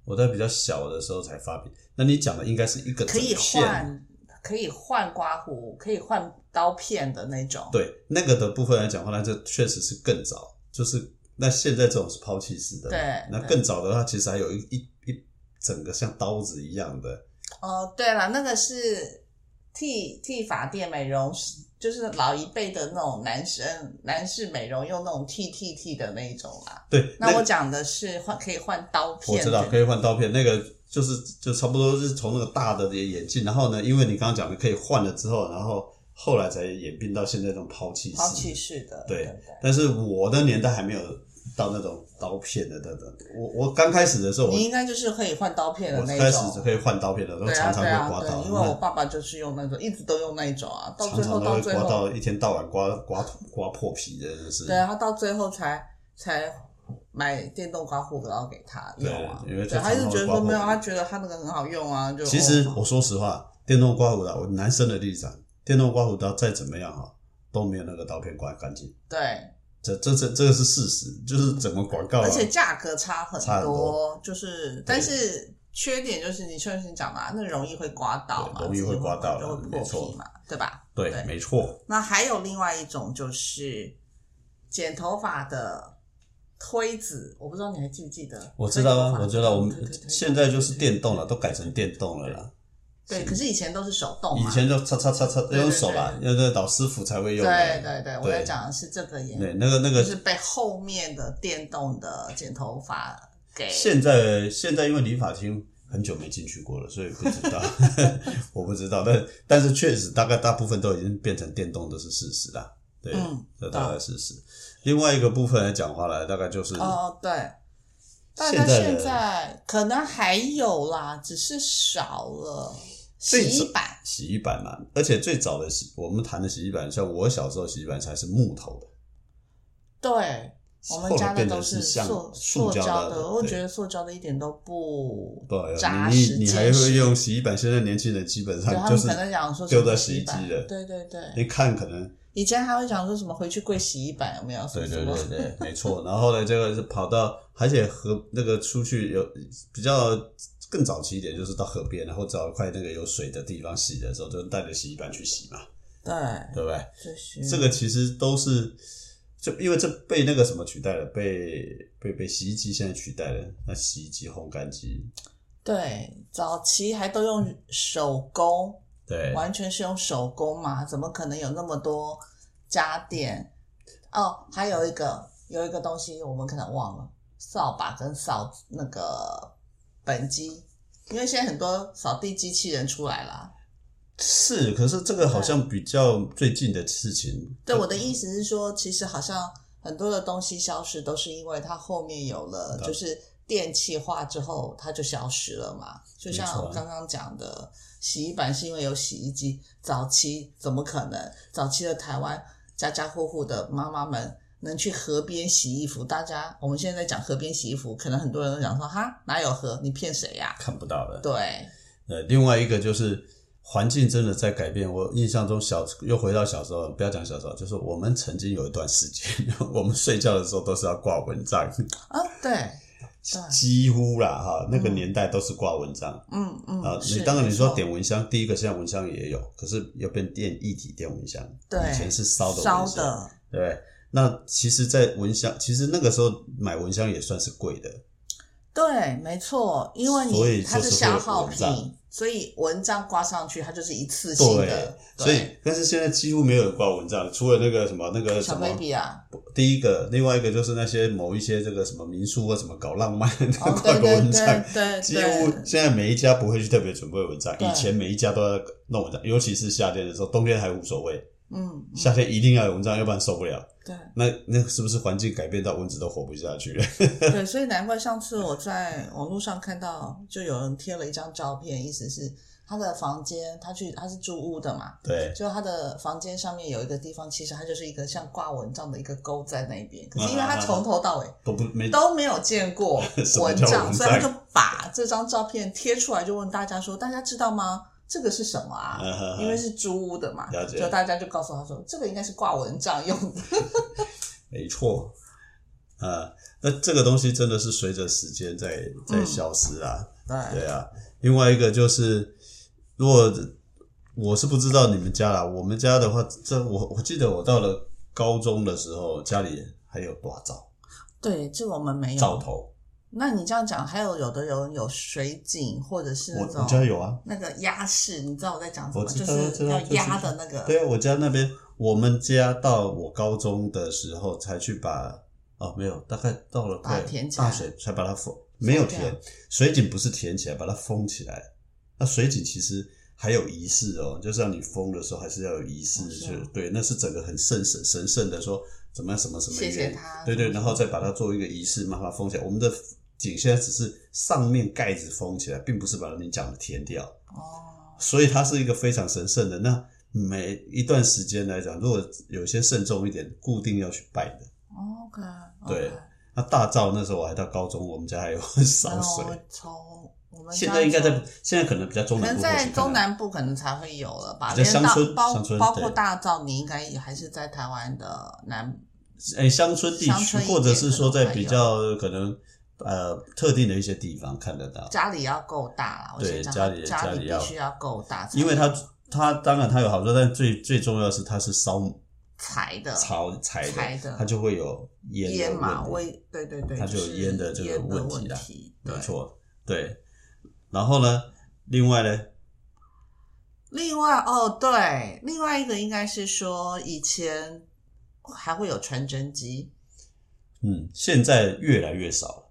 Speaker 2: 我在比较小的时候才发明。那你讲的应该是一个
Speaker 1: 可以
Speaker 2: 整片
Speaker 1: 换，可以换刮胡，可以换刀片的那种。，
Speaker 2: 对那个的部分来讲的话，那这确实是更早，就是那现在这种是抛弃式的嘛，
Speaker 1: 对
Speaker 2: 那更早的话，其实还有一一一整个像刀子一样的，
Speaker 1: 哦，对了，那个是剃剃发店美容师，就是老一辈的那种男生男士美容用那种剃剃剃的那一种啦。
Speaker 2: 对，
Speaker 1: 那
Speaker 2: 个
Speaker 1: 我讲的是换可以换刀片
Speaker 2: 我
Speaker 1: 的，
Speaker 2: 知道可以换刀片，那个就是就差不多是从那个大的眼镜，然后呢，因为你刚刚讲的可以换了之后，然后后来才演变到现在这种抛弃式，
Speaker 1: 抛弃式的，
Speaker 2: 对
Speaker 1: 对不
Speaker 2: 但是我的年代还没有到那种刀片的那种，我我刚开始的时候，
Speaker 1: 对，
Speaker 2: 我
Speaker 1: 你应该就是可以换刀片的
Speaker 2: 我
Speaker 1: 那
Speaker 2: 开
Speaker 1: 一
Speaker 2: 始
Speaker 1: 种。
Speaker 2: 可以换刀片的时候，
Speaker 1: 对啊，
Speaker 2: 常常
Speaker 1: 对
Speaker 2: 会
Speaker 1: 啊，
Speaker 2: 刮刀，
Speaker 1: 对，因 为我
Speaker 2: 那
Speaker 1: 爸爸就是用那种，一直都用那一种啊，到
Speaker 2: 常
Speaker 1: 最后
Speaker 2: 常都
Speaker 1: 到
Speaker 2: 会
Speaker 1: 最
Speaker 2: 刮
Speaker 1: 后，
Speaker 2: 到一天到晚刮刮刮破皮的，就是
Speaker 1: 对啊，他到最后才才买电动刮胡刀给他用啊，
Speaker 2: 对因为就
Speaker 1: 对，他一直觉得
Speaker 2: 常常刮
Speaker 1: 说
Speaker 2: 胡
Speaker 1: 没有，
Speaker 2: 刀
Speaker 1: 他觉得他那个很好用啊，就
Speaker 2: 其实
Speaker 1: 哦
Speaker 2: 我说实话，电动刮胡刀，我男生的立场，电动刮胡刀再怎么样哈，都没有那个刀片刮干净。
Speaker 1: 对，
Speaker 2: 这这这这个是事实，就是整个广告、啊，
Speaker 1: 而且价格差很
Speaker 2: 差很多
Speaker 1: 就是但是缺点就是你确实讲嘛，那容易会刮到嘛，
Speaker 2: 对容易会刮到
Speaker 1: 就会
Speaker 2: 没
Speaker 1: 破
Speaker 2: 错
Speaker 1: 皮嘛，对吧？
Speaker 2: 对，
Speaker 1: 对
Speaker 2: 没错，
Speaker 1: 那还有另外一种就是剪头发的推子，我不知道你还记不记得？
Speaker 2: 我知道
Speaker 1: 推头
Speaker 2: 啊，
Speaker 1: 发
Speaker 2: 我知道，我
Speaker 1: 对对对
Speaker 2: 们
Speaker 1: 对
Speaker 2: 现在就是
Speaker 1: 对
Speaker 2: 电动了，都改成电动了啦。
Speaker 1: 对，可是以前都是手动哦嘛，
Speaker 2: 以前就擦擦擦擦
Speaker 1: 对对
Speaker 2: 用手啦，要那老师傅才会用的。
Speaker 1: 对对对，我在讲的是这个
Speaker 2: 对
Speaker 1: 也，
Speaker 2: 那个那
Speaker 1: 就
Speaker 2: 个
Speaker 1: 是被后面的电动的剪头发给
Speaker 2: 现在现在因为理发厅很久没进去过了，所以不知 道， 我不知道，但但是确实大概大部分都已经变成电动的是事实啦。对，
Speaker 1: 嗯
Speaker 2: 这大概是事实。另外一个部分来讲话呢，大概就是
Speaker 1: 哦对，但
Speaker 2: 现
Speaker 1: 他
Speaker 2: 在
Speaker 1: 现
Speaker 2: 的
Speaker 1: 在可能还有啦，只是少了洗
Speaker 2: 最
Speaker 1: 衣板，
Speaker 2: 洗衣板嘛，而且最早的洗我们谈的洗衣板，像我小时候洗衣板才是木头的，
Speaker 1: 对。我们
Speaker 2: 后
Speaker 1: 家
Speaker 2: 来
Speaker 1: 的
Speaker 2: 变
Speaker 1: 都
Speaker 2: 成
Speaker 1: 是
Speaker 2: 像
Speaker 1: 塑
Speaker 2: 塑
Speaker 1: 胶
Speaker 2: 的。
Speaker 1: 我
Speaker 2: 对
Speaker 1: 觉得塑胶的一点都不
Speaker 2: 不好意思
Speaker 1: 扎
Speaker 2: 你
Speaker 1: 实
Speaker 2: 你你还
Speaker 1: 坚
Speaker 2: 会
Speaker 1: 实
Speaker 2: 用洗衣板？现在年轻人基本
Speaker 1: 对
Speaker 2: 上
Speaker 1: 他
Speaker 2: 就
Speaker 1: 们
Speaker 2: 是
Speaker 1: 可能讲说
Speaker 2: 丢
Speaker 1: 什么
Speaker 2: 在
Speaker 1: 洗衣
Speaker 2: 洗衣机
Speaker 1: 板
Speaker 2: 了。
Speaker 1: 对对对，
Speaker 2: 一看可能
Speaker 1: 以前还会讲说什么回去跪洗衣板有没有？什么
Speaker 2: 对
Speaker 1: 啊什
Speaker 2: 对
Speaker 1: 么
Speaker 2: 对对，没错。然后呢，这个是跑到，而且河那个出去有比较更早期一点，就是到河边，然后找一块那个有水的地方洗的时候，就带着洗衣板去洗嘛，
Speaker 1: 对，
Speaker 2: 对不对？
Speaker 1: 就是
Speaker 2: 这个其实都是，就因为这被那个什么取代了，被被被洗衣机现在取代了，那洗衣机、烘干机，
Speaker 1: 对，早期还都用手工，
Speaker 2: 对
Speaker 1: 完全是用手工嘛，怎么可能有那么多家电？哦，还有一个有一个东西我们可能忘了，扫把跟扫那个本机，因为现在很多扫地机器人出来啦。
Speaker 2: 是，可是这个好像比较最近的事情。
Speaker 1: 对，我的意思是说，其实好像很多的东西消失，都是因为它后面有了
Speaker 2: 嗯
Speaker 1: 就是电气化之后，它就消失了嘛。就
Speaker 2: 没
Speaker 1: 像
Speaker 2: 错啊
Speaker 1: 我刚刚讲的，洗衣板是因为有洗衣机，早期怎么可能？早期的台湾家家户户的妈妈们。能去河边洗衣服，大家我们现在在讲河边洗衣服，可能很多人都讲说哈哪有河，你骗谁呀、
Speaker 2: 看不到的。
Speaker 1: 对，
Speaker 2: 呃，另外一个就是环境真的在改变。我印象中小又回到小时候，不要讲小时候，就是我们曾经有一段时间， 我们睡觉的时候都是要挂蚊帐，
Speaker 1: 啊对，对
Speaker 2: 几乎啦哈，那个年代都是挂蚊帐。
Speaker 1: 嗯嗯，
Speaker 2: 啊，你
Speaker 1: 是
Speaker 2: 当然你说
Speaker 1: 没错
Speaker 2: 点蚊香，第一个现在蚊香也有，可是有变电一体电蚊香，
Speaker 1: 对
Speaker 2: 以前是烧的蚊
Speaker 1: 烧
Speaker 2: 香，
Speaker 1: 的，
Speaker 2: 对不对？那其实，在蚊香，其实那个时候买蚊香也算是贵的，
Speaker 1: 对，没错，因为
Speaker 2: 所以
Speaker 1: 你
Speaker 2: 就
Speaker 1: 它
Speaker 2: 是会
Speaker 1: 消
Speaker 2: 有
Speaker 1: 耗
Speaker 2: 蚊
Speaker 1: 品
Speaker 2: 帐，
Speaker 1: 所以蚊帐挂上去，它就是一次性
Speaker 2: 对
Speaker 1: 的，，
Speaker 2: 所以但是现在几乎没有人挂蚊帐，除了那个什么那个
Speaker 1: 小
Speaker 2: 什么
Speaker 1: baby 啊，
Speaker 2: 第一个，另外一个就是那些某一些这个什么民宿或什么搞浪漫的
Speaker 1: 哦，
Speaker 2: 挂
Speaker 1: 对
Speaker 2: 个
Speaker 1: 对
Speaker 2: 蚊
Speaker 1: 对
Speaker 2: 帐，
Speaker 1: 对
Speaker 2: 几乎
Speaker 1: 对，
Speaker 2: 现在每一家不会去特别准备蚊帐，
Speaker 1: 对
Speaker 2: 以前每一家都要弄蚊帐，尤其是夏天的时候，冬天还无所谓，
Speaker 1: 嗯，嗯
Speaker 2: 夏天一定要有蚊帐，要不然受不了。
Speaker 1: 对
Speaker 2: 那那是不是环境改变到蚊子都活不下 去了？
Speaker 1: 对，所以难怪上次我在网络上看到，就有人贴了一张照片，意思是他的房间，他去他是住屋的嘛，
Speaker 2: 对，
Speaker 1: 就他的房间上面有一个地方，其实它就是一个像挂蚊帐的一个钩在那边，可是因为他从头到尾
Speaker 2: 都不没
Speaker 1: 都没有见过
Speaker 2: 什么
Speaker 1: 蚊
Speaker 2: 叫
Speaker 1: 帐，
Speaker 2: 蚊
Speaker 1: 所以他
Speaker 2: 帐
Speaker 1: 就把这张照片贴出来，就问大家说：“大家知道吗？这个是什么啊？”
Speaker 2: 嗯哼哼
Speaker 1: 因为是租屋的嘛，
Speaker 2: 了解
Speaker 1: 就大家就告诉他说：“这个应该是挂蚊帐用的。
Speaker 2: 没错，啊，那这个东西真的是随着时间在在
Speaker 1: 嗯
Speaker 2: 消失啊。”
Speaker 1: 对，
Speaker 2: 对啊，另外一个就是，如果我是不知道你们家啦，我们家的话，这我我记得我到了高中的时候，家里还有多灶
Speaker 1: 对，这个我们没
Speaker 2: 灶
Speaker 1: 有。
Speaker 2: 头，
Speaker 1: 那你这样讲，还有有的人有水井，或者是那
Speaker 2: 我我
Speaker 1: 种
Speaker 2: 家有啊，
Speaker 1: 那个鸭式，你知道我在讲什么？
Speaker 2: 我知
Speaker 1: 就
Speaker 2: 道
Speaker 1: 是
Speaker 2: 知
Speaker 1: 要
Speaker 2: 道
Speaker 1: 压的那个。
Speaker 2: 对啊，我家那边，我们家到我高中的时候才去把哦没有，大概到了
Speaker 1: 把
Speaker 2: 快
Speaker 1: 它填起来
Speaker 2: 大学才把它封，没有填水井不是填起来，把它封起来。那水井其实还有仪式哦，就是让你封的时候还是要有仪式，
Speaker 1: 哦是啊
Speaker 2: 就对，那是整个很圣神神圣的说怎么样什么什么
Speaker 1: 谢谢
Speaker 2: 原因
Speaker 1: 他
Speaker 2: 对
Speaker 1: 什
Speaker 2: 对，
Speaker 1: 么
Speaker 2: 然后再把它做一个仪式，慢慢封起来。我们的井现在只是上面盖子封起来，并不是把你讲的填掉。
Speaker 1: 哦，
Speaker 2: 所以它是一个非常神圣的。那每一段时间来讲，如果有些慎重一点，固定要去拜的。
Speaker 1: OK，
Speaker 2: 对那大灶那时候我还到高中，我们家还有烧水。
Speaker 1: 从哦我们
Speaker 2: 现
Speaker 1: 家
Speaker 2: 在应该在
Speaker 1: 从，
Speaker 2: 现在可能比较中
Speaker 1: 可
Speaker 2: 南
Speaker 1: 能
Speaker 2: 部
Speaker 1: 在中
Speaker 2: 或许
Speaker 1: 南部可能才会有了吧，
Speaker 2: 比较
Speaker 1: 连到
Speaker 2: 啊乡村
Speaker 1: 包
Speaker 2: 乡村
Speaker 1: 包括
Speaker 2: 对
Speaker 1: 大灶，你应该也还是在台湾的南，
Speaker 2: 可能哎乡村地
Speaker 1: 乡
Speaker 2: 区，
Speaker 1: 村一点
Speaker 2: 或者是说在比
Speaker 1: 可
Speaker 2: 较可能呃特定的一些地方看得到，
Speaker 1: 家里要够大啦。我
Speaker 2: 对
Speaker 1: 先讲
Speaker 2: 家里
Speaker 1: 家
Speaker 2: 家里
Speaker 1: 必
Speaker 2: 要
Speaker 1: 须要够大才有，
Speaker 2: 因为它它当然它有好多，但最最重要的是它是烧
Speaker 1: 柴的
Speaker 2: 炒柴
Speaker 1: 柴
Speaker 2: 的
Speaker 1: 的，
Speaker 2: 它就会有烟的
Speaker 1: 烟嘛，
Speaker 2: 问题
Speaker 1: 味对对对，
Speaker 2: 它就有
Speaker 1: 是
Speaker 2: 烟的这个
Speaker 1: 烟
Speaker 2: 问
Speaker 1: 问
Speaker 2: 题啦
Speaker 1: 题
Speaker 2: 没
Speaker 1: 对。
Speaker 2: 错，对。然后呢，另外呢，
Speaker 1: 另外哦，对，另外一个应该是说以前还会有传真机，
Speaker 2: 嗯，现在越来越少了，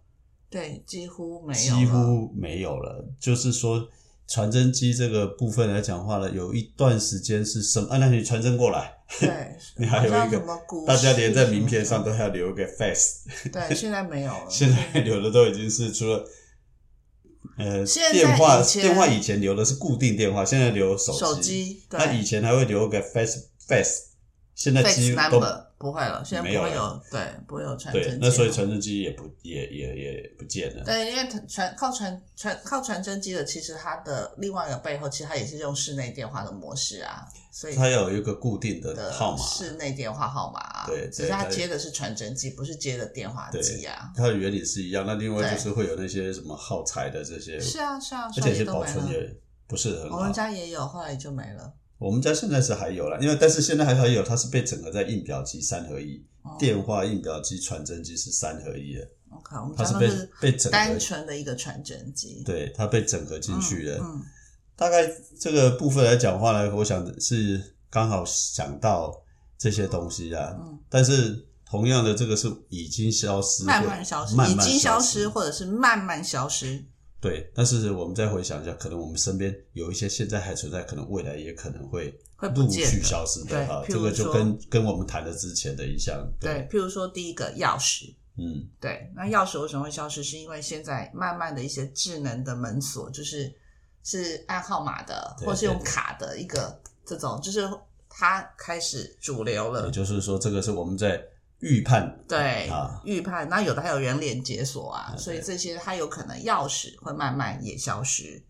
Speaker 1: 对，几乎没有了，
Speaker 2: 几 乎没有了。就是说，传真机这个部分来讲话呢，有一段时间是什么？啊，那你传真过来，，
Speaker 1: 对
Speaker 2: 你还有
Speaker 1: 好
Speaker 2: 一
Speaker 1: 像
Speaker 2: 个
Speaker 1: 什么股
Speaker 2: 大家
Speaker 1: 市
Speaker 2: 连在
Speaker 1: 什
Speaker 2: 名
Speaker 1: 么
Speaker 2: 片
Speaker 1: 的
Speaker 2: 上都还要留一个 fax。
Speaker 1: 对，现在没有了。
Speaker 2: 现在留的都已经是除了。呃，
Speaker 1: 现在
Speaker 2: 电话
Speaker 1: 以前
Speaker 2: 电话以前留的是固定电话，现在留手
Speaker 1: 手机对
Speaker 2: 那以前还会留个 fax fax，现在几
Speaker 1: fix
Speaker 2: 乎都
Speaker 1: number 不会了，现在
Speaker 2: 没有
Speaker 1: 不会
Speaker 2: 了
Speaker 1: 有对，不会有传真机
Speaker 2: 对
Speaker 1: 了。，
Speaker 2: 那所以传真机也不也也也不见了。
Speaker 1: 对，因为传传靠传传靠传真机的，其实它的另外一个背后，其实它也是用室内电话的模式啊，所以
Speaker 2: 它有一个固定的
Speaker 1: 的
Speaker 2: 号码，
Speaker 1: 室内电话号码啊，
Speaker 2: 对
Speaker 1: 只
Speaker 2: 对
Speaker 1: 是它
Speaker 2: 它
Speaker 1: 接的是传真机，不是接的电话机啊。
Speaker 2: 它的原理是一样。那另外
Speaker 1: 对
Speaker 2: 就是会有那些什么耗材的这些，
Speaker 1: 是啊是啊，
Speaker 2: 而
Speaker 1: 所
Speaker 2: 且
Speaker 1: 以
Speaker 2: 是
Speaker 1: 都
Speaker 2: 保
Speaker 1: 没
Speaker 2: 存
Speaker 1: 了。
Speaker 2: 也不是很
Speaker 1: 我
Speaker 2: 好。
Speaker 1: 们家也有，后来就没了。嗯
Speaker 2: 我们家现在是还有了，因为但是现在还还有，它是被整合在印表机三合一，
Speaker 1: 哦
Speaker 2: 电话、印表机、传真机是三合一的，
Speaker 1: OK，我们
Speaker 2: 它
Speaker 1: 家
Speaker 2: 是
Speaker 1: 都
Speaker 2: 被
Speaker 1: 是
Speaker 2: 被整合
Speaker 1: 单，纯的一个传真机。
Speaker 2: 对，它被整合进去的。
Speaker 1: 嗯，
Speaker 2: 大概这个部分来讲话呢，我想是刚好想到这些东西啊。
Speaker 1: 嗯
Speaker 2: 但是同样的，这个是已经消失或，
Speaker 1: 慢慢消失，
Speaker 2: 慢
Speaker 1: 已
Speaker 2: 慢
Speaker 1: 经消
Speaker 2: 消
Speaker 1: 失，或者是慢慢消失。
Speaker 2: 对，但是我们再回想一下，可能我们身边有一些现在还存在，可能未来也可能会
Speaker 1: 会不
Speaker 2: 陆
Speaker 1: 见
Speaker 2: 续
Speaker 1: 的
Speaker 2: 消失
Speaker 1: 对
Speaker 2: 的哈。
Speaker 1: 譬
Speaker 2: 这个
Speaker 1: 如
Speaker 2: 就
Speaker 1: 说
Speaker 2: 跟跟我们谈的之前的一项，
Speaker 1: 对，，譬如说第一个钥匙，
Speaker 2: 嗯，
Speaker 1: 对，那钥匙为什么会消失？是因为现在慢慢的一些智能的门锁，就是是按号码的，
Speaker 2: 对
Speaker 1: 或是用
Speaker 2: 对
Speaker 1: 卡的一个这种，就是它开始主流了
Speaker 2: 也。就是说，这个是我们在预判
Speaker 1: 对
Speaker 2: 啊，
Speaker 1: 预判，那有的还有人脸解锁啊，
Speaker 2: 对
Speaker 1: 所以这些它有可能钥匙会慢慢也消失，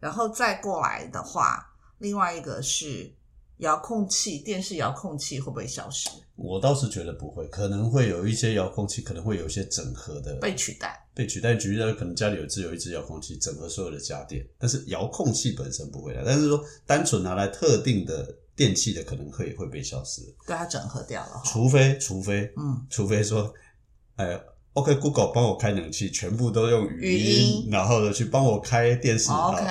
Speaker 1: 然后再过来的话，另外一个是遥控器，电视遥控器会不会消失，
Speaker 2: 我倒是觉得不会，可能会有一些遥控器，可能会有一些整合的
Speaker 1: 被取代？
Speaker 2: 被取代。举例来说，可能家里有只有一只遥控器，整合所有的家电，但是遥控器本身不会来，但是说单纯拿来特定的电器的，可能会会被消失，
Speaker 1: 对，它整合掉了哈。
Speaker 2: 除非除非
Speaker 1: 嗯，
Speaker 2: 除非说，呃。OK，Google、帮我开冷气，全部都用语音，
Speaker 1: 语音
Speaker 2: 然后呢去帮我开电视。
Speaker 1: 哦
Speaker 2: 好
Speaker 1: OK，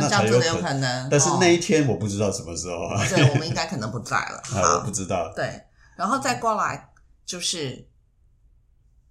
Speaker 1: 这样
Speaker 2: 才
Speaker 1: 真
Speaker 2: 有
Speaker 1: 的有可能。哦
Speaker 2: 但是那
Speaker 1: 一
Speaker 2: 一天我不知道什么时候啊，
Speaker 1: 对，我们应该可能不在了。
Speaker 2: 啊我
Speaker 1: 好
Speaker 2: 不，知道。
Speaker 1: 对，然后再过来就是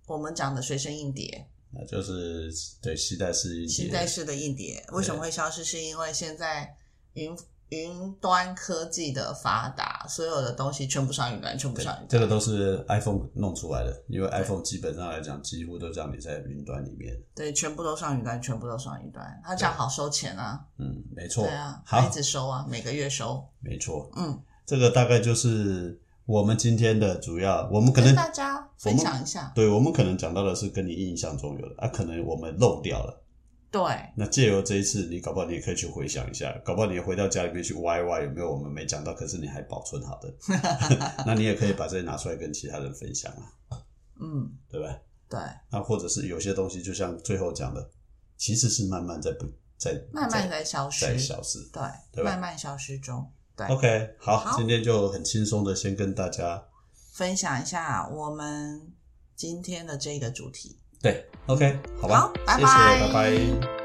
Speaker 1: 我们讲的随身硬碟，
Speaker 2: 那就是对携带式硬
Speaker 1: 现
Speaker 2: 碟
Speaker 1: 在式的硬碟为什么会消失？是因为现在云云端科技的发达，所有的东西全部上云端，全部
Speaker 2: 对
Speaker 1: 上云端。
Speaker 2: 这个都是 iPhone 弄出来的，因为 iPhone 基本上来讲，几乎都让你在云端里面。
Speaker 1: 对，全部都上云端，全部都上云端。它这样好收钱啊，
Speaker 2: 嗯，没错。
Speaker 1: 对啊，它一
Speaker 2: 好，
Speaker 1: 直收啊，每个月收。
Speaker 2: 没错。
Speaker 1: 嗯，
Speaker 2: 这个大概就是我们今天的主要，我们可
Speaker 1: 跟
Speaker 2: 能
Speaker 1: 大家分享一下。
Speaker 2: 对我们可能讲到的是跟你印象中有的，啊，可能我们漏掉了。
Speaker 1: 对，
Speaker 2: 那借由这一次，你搞不好你也可以去回想一下，搞不好你回到家里面去歪歪，有没有我们没讲到，可是你还保存好 的，那你也可以把这些拿出来跟其他人分享啊，
Speaker 1: 嗯，
Speaker 2: 对吧？
Speaker 1: 对，
Speaker 2: 那或者是有些东西，就像最后讲的，其实是慢慢在不在
Speaker 1: 慢慢
Speaker 2: 在
Speaker 1: 在消失，
Speaker 2: 在消失。
Speaker 1: 对，
Speaker 2: 对吧
Speaker 1: 慢慢消失中。对
Speaker 2: OK，好，
Speaker 1: 好
Speaker 2: 今天就很轻松的先跟大家
Speaker 1: 分享一下我们今天的这个主题。
Speaker 2: 对 OK，好吧，
Speaker 1: 好拜
Speaker 2: 谢谢，
Speaker 1: 拜
Speaker 2: 拜拜